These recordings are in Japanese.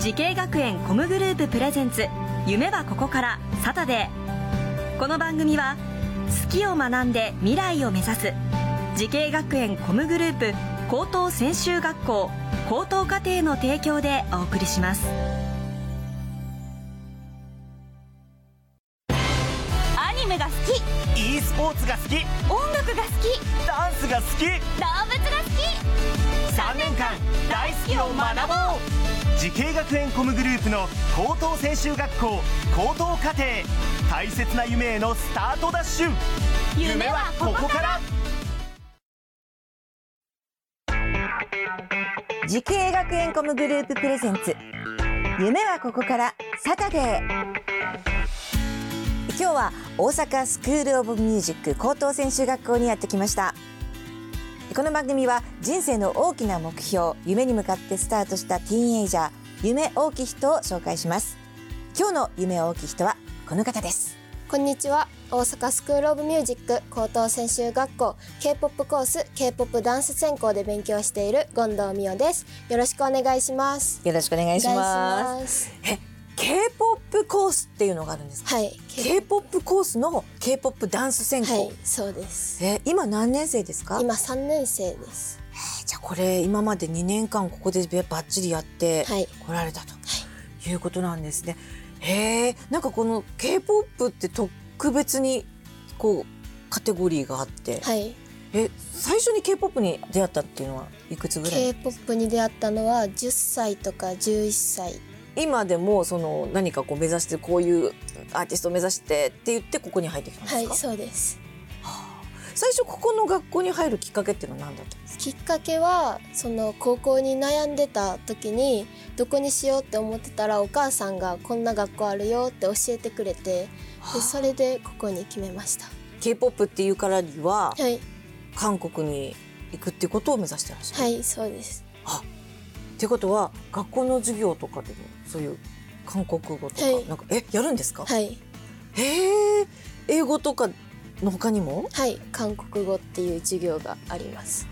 時系学園コムグループプレゼンツ夢はここからサタデーこの番組は好きを学んで未来を目指す時系学園コムグループ高等専修学校高等課程の提供でお送りしますアニメが好き e スポーツが好き音楽が好きダンスが好動き物が好き3年間大好きを学ぼう慈恵学園コムグループの高等専修学校高等課程大切な夢へのスタートダッシュ夢はここから時系学園コムグループプレゼンツ夢はここからサタデー今日は大阪スクールオブミュージック高等専修学校にやってきましたこの番組は人生の大きな目標夢に向かってスタートしたティーンエイジャー夢大きい人を紹介します今日の夢大きい人はこの方ですこんにちは大阪スクールオブミュージック高等専修学校 K-POP コース K-POP ダンス専攻で勉強している権藤美代ですよろしくお願いしますよろしくお願いしおます願いしますえ、K-POP コースっていうのがあるんですかはい K-POP コースの K-POP ダンス専攻、はいそうですえ今何年生ですか今三年生ですじゃあこれ今まで2年間ここでバッチリやってはい来られたと、い、うことなんですね。へえなんかこの K-POP って特別にこうカテゴリーがあって、はいえ最初に K-POP に出会ったっていうのはいくつぐらい K-POP に出会ったのは10歳とか11歳今でもその何かこう目指してこういうアーティストを目指してって言ってここに入ってきたんですはいか、そうです最初ここの学校に入るきっかけっていうのは何だったんですかきっかけはその高校に悩んでた時にどこにしようって思ってたらお母さんがこんな学校あるよって教えてくれてでそれでここに決めました K-POP っていうからにははい韓国に行くっていうことを目指してらっしゃる、はいそうですってことは学校の授業とかでもそういう韓国語とか、はいなんかえやるんですか、はいへえ英語とかの他にもはい韓国語っていう授業があります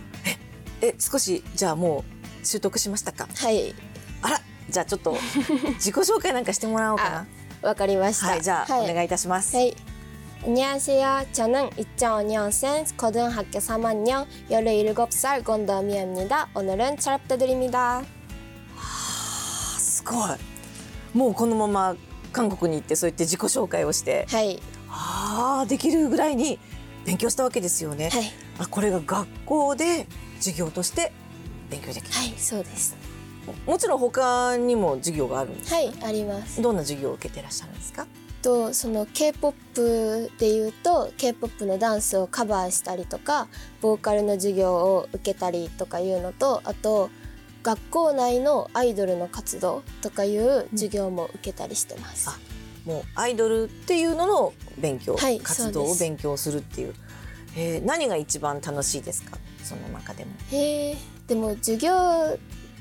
え少しじゃあもう習得しましたかはいあらじゃあちょっ と自己紹介なんかしてもらおうかなわかりましたはいじゃあ、お願いいたします、 네, 안녕하세요. 저는 2005년생 고등학교 3학년 17살 권더미입니다. 오늘은 철업드립니다 あすごいもうこのまま韓国に行ってそうやって自己紹介をして、はい、ああできるぐらいに勉強したわけですよね、はい、あこれが学校で授業として勉強できるはい、そうです。もちろん他にも授業があるんですはい、あります。どんな授業を受けてらっしゃるんですかと、その K-POP で言うと、K-POP のダンスをカバーしたりとか、ボーカルの授業を受けたりとかいうのと、あと、学校内のアイドルの活動とかいう授業も受けたりしてます。あもうアイドルっていうのの勉強、はい活動そうをです勉強するっていう、えー何が一番楽しいですかその中でもへえでも授業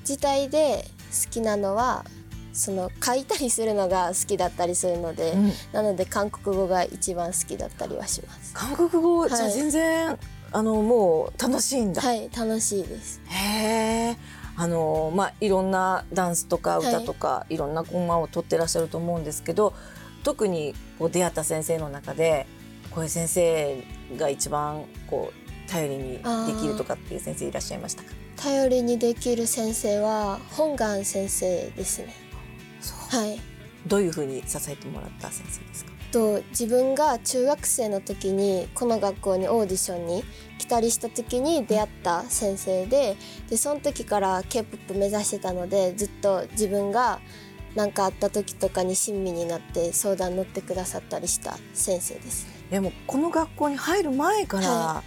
自体で好きなのはその書いたりするのが好きだったりするので、うんなので韓国語が一番好きだったりはします韓国語、はいじゃあ全然あのもう楽しいんだ、はい楽しいですへえあのまあいろんなダンスとかはい歌とか、い、ろんなコマを取ってらっしゃると思うんですけど特にこう出会った先生の中でこういう先生が一番こう頼りにできるとかっていう先生いらっしゃいましたか頼りにできる先生は本願先生ですねはいどういうふうに支えてもらった先生ですか。と自分が中学生の時にこの学校にオーディションに来たりした時に出会った先生ででその時から k p o p 目指してたのでずっと自分が何かあった時とかに親身になって相談乗ってくださったりした先生ですね。でもこの学校に入る前からは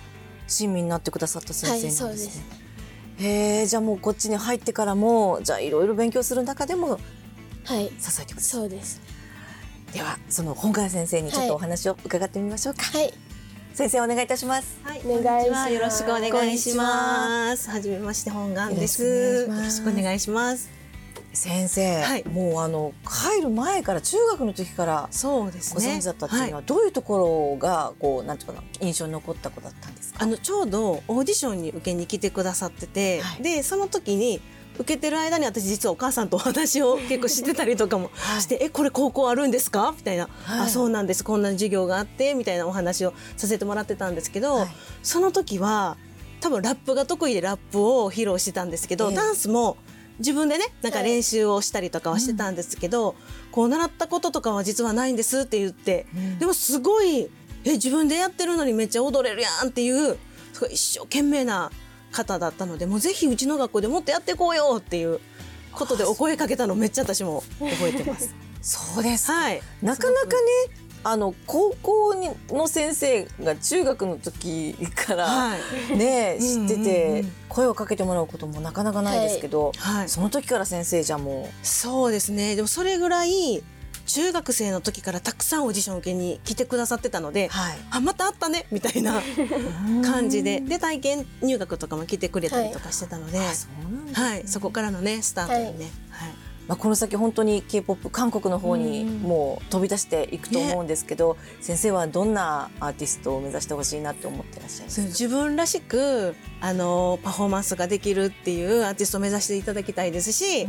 親身になってくださった先はい生そなうんでですすね。へえじゃあもうこっちに入ってからもじゃあいろいろ勉強する中でもはい支えてくださそうですい。ではその本川先生にちょっとお話を伺ってみましょうか。はい先生お願いいたします。はい、お願いしますこんにちはよろしくお願いします。はじめまして、本願です。よよろろししくくおお願願いします。先生、はいもうあの入る前から中学の時からそうですごね。存知だったっていうのは、はいどういうところがこうなんていうかな印象に残った子だったんですか。あのちょうどオーディションに受けに来てくださってて、はいでその時に受けてる間に私実はお母さんとお話を結構してたりとかもして、えこれ高校あるんですかみたいな、あそうなんですこんな授業があってみたいなお話をさせてもらってたんですけど、はいその時は多分ラップが得意でラップを披露してたんですけど、ええダンスも自分でねなんか練習をしたりとかはしてたんですけど、こう習ったこととかは実はないんですって言って、でもすごいえ自分でやってるのにめっちゃ踊れるやんっていうすごい一生懸命な方だったのでもうぜひうちの学校でもっとやっていこうよっていうことでお声かけたのめっちゃ私も覚えてます。そうですかはい、なかなかねあの高校にの先生が中学の時から、はいね知ってて、うんうんうん声をかけてもらうこともなかなかないですけど、はい、その時から先生じゃもそうですねでもそれぐらい中学生の時からたくさんオーディション受けに来てくださってたので、う、はい、あまたあったねみた いな感じでで体験入学とかも来てくれたりとかしてたので、はいそうなんだそこからのねスタートにね、はいまあ、この先本当に k p o p 韓国の方にもう飛び出していくと思うんですけど、先生はどんなアーティストを目指してほしいなって思ってらっしゃいますそういう自分らしくあのパフォーマンスができるっていうアーティストを目指していただきたいですし、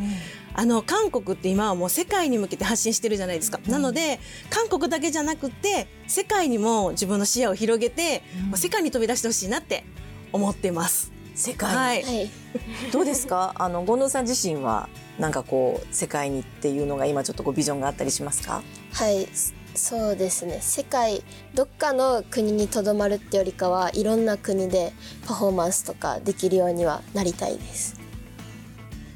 あの韓国って今はもう世界に向けて発信してるじゃないですか、なので韓国だけじゃなくて世界にも自分の視野を広げて、まあ世界に飛び出してほしいなって思ってます。世界、はいはいどうですかあの権藤さん自身はなんかこう世界にっていうのが今ちょっとこうビジョンがあったりしますかはいそそうですね世界どっかの国にとどまるってよりかはいろんな国でパフォーマンスとかできるようにはなりたいです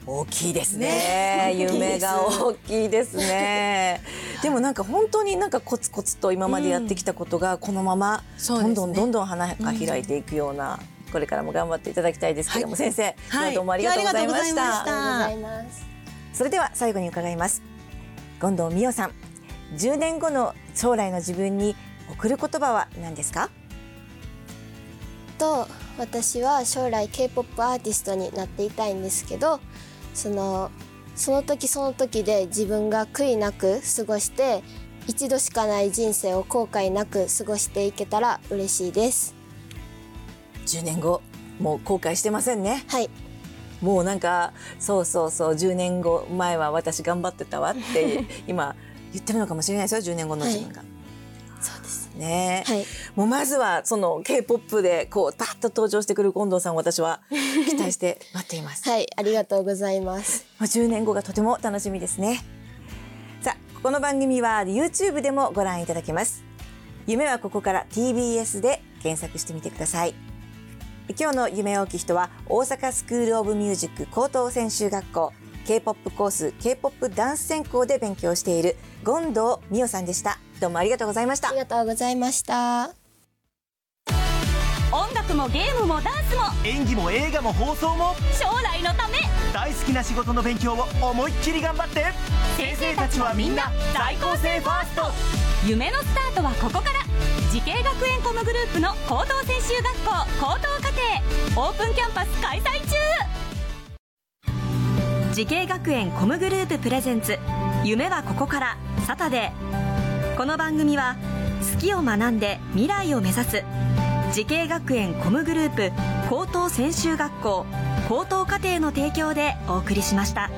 大きいですね 夢が大きいです ねでもなんか本当になんかコツコツと今までやってきたことがこのままそうどですんどんねどんどん花が開いていくような、これからも頑張っていただきたいですけども、先生、今日はどうもありがとうございました,、あありがとうございましたりがとうございますそれでは最後に伺います権藤美代さん10年後の将来の自分に贈る言葉は何ですかと私は将来 k p o p アーティストになっていたいんですけどそのその時その時で自分が悔いなく過ごして一度しかない人生を後悔なく過ごしていけたら嬉しいです10年後もう後悔してませんねはいもうなんかそうそうそう10年後前は私頑張ってたわって今言ってるのかもしれないですよ10年後の自分が。そうですねえ、はいもうまずはその K-POP でこうパッと登場してくる近藤さんを私は期待して待っています。 はいありがとうございますもう10年後がとても楽しみですね。さあこの番組は YouTube でもご覧いただけます。夢はここから TBS で検索してみてください。今日の夢大きい人は大阪スクールオブミュージック高等専修学校 K-POP コース K-POP ダンス専攻で勉強している権藤美代さんでした。どうもありがとうございましたあり。がとうございました音楽もゲームもダンスも演技も映画も放送も将来のため大好きな仕事の勉強を思いっきり頑張って先生たちはみんな在校生ファースト夢のスタートはここから慈恵学園コムグループの高等専修学校高等課程オープンキャンパス開催中慈恵学園コムグループプレゼンツ夢はここからサタデーこの番組は好きを学んで未来を目指す慈恵学園コムグループ高等専修学校高等課程の提供でお送りしました。